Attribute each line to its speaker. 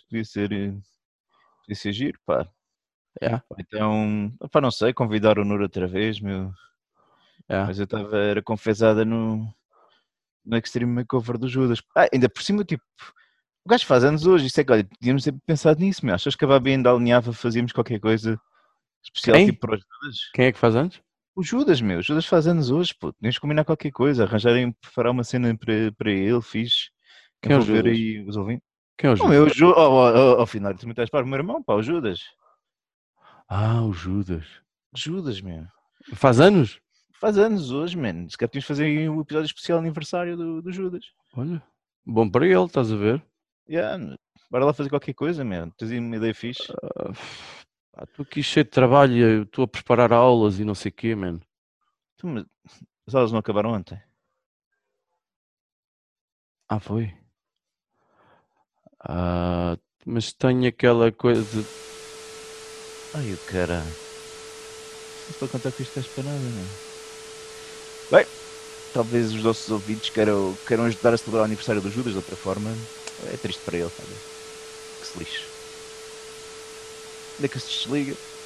Speaker 1: que podia ser, podia ser giro, pá.
Speaker 2: Yeah.
Speaker 1: Então, pá, não sei, convidar o Nuno outra vez, meu.
Speaker 2: Yeah.
Speaker 1: Mas eu estava, era confesada no, no Extreme Makeover do Judas. Ah, ainda por cima, tipo, o gajo faz anos hoje, isso é que, olha, podíamos ter pensado nisso, meu. Achas que a Babi ainda alinhava, fazíamos qualquer coisa especial,
Speaker 2: Quem?
Speaker 1: tipo, para os Judas?
Speaker 2: Quem é que faz antes?
Speaker 1: O Judas, meu, o Judas faz anos hoje, pô. Tínhamos de combinar qualquer coisa, arranjarem, preparar uma cena para, para ele, fixe.
Speaker 2: Quem é o
Speaker 1: Envolver
Speaker 2: Judas?
Speaker 1: aí os ouvintes.
Speaker 2: Quem é o
Speaker 1: Não,
Speaker 2: Judas?
Speaker 1: meu, o Ju... oh, oh, oh, oh, Finório, tu me estás para o meu irmão, pá, o Judas.
Speaker 2: Ah, o Judas.
Speaker 1: Judas, meu.
Speaker 2: Faz anos?
Speaker 1: Faz anos hoje, mano. Se calhar podíamos fazer aí um episódio especial de aniversário do, do Judas.
Speaker 2: Olha, bom para ele, estás a ver?
Speaker 1: Yeah, meu. bora lá fazer qualquer coisa, meu. Tens aí uma ideia fixe.
Speaker 2: Ah, f- pá, Estou aqui cheio de trabalho, eu estou a preparar aulas e não sei o quê, mano.
Speaker 1: Tu, mas as aulas não acabaram ontem.
Speaker 2: Ah, foi? Ah, mas tenho aquela coisa.
Speaker 1: Ai, o caralho. Não estou a contar com isto para nada, meu. Bem, talvez os nossos ouvintes queiram, queiram ajudar a celebrar o aniversário do Judas de outra forma. É triste para ele, olha. Que se lixe. Onde é que se desliga?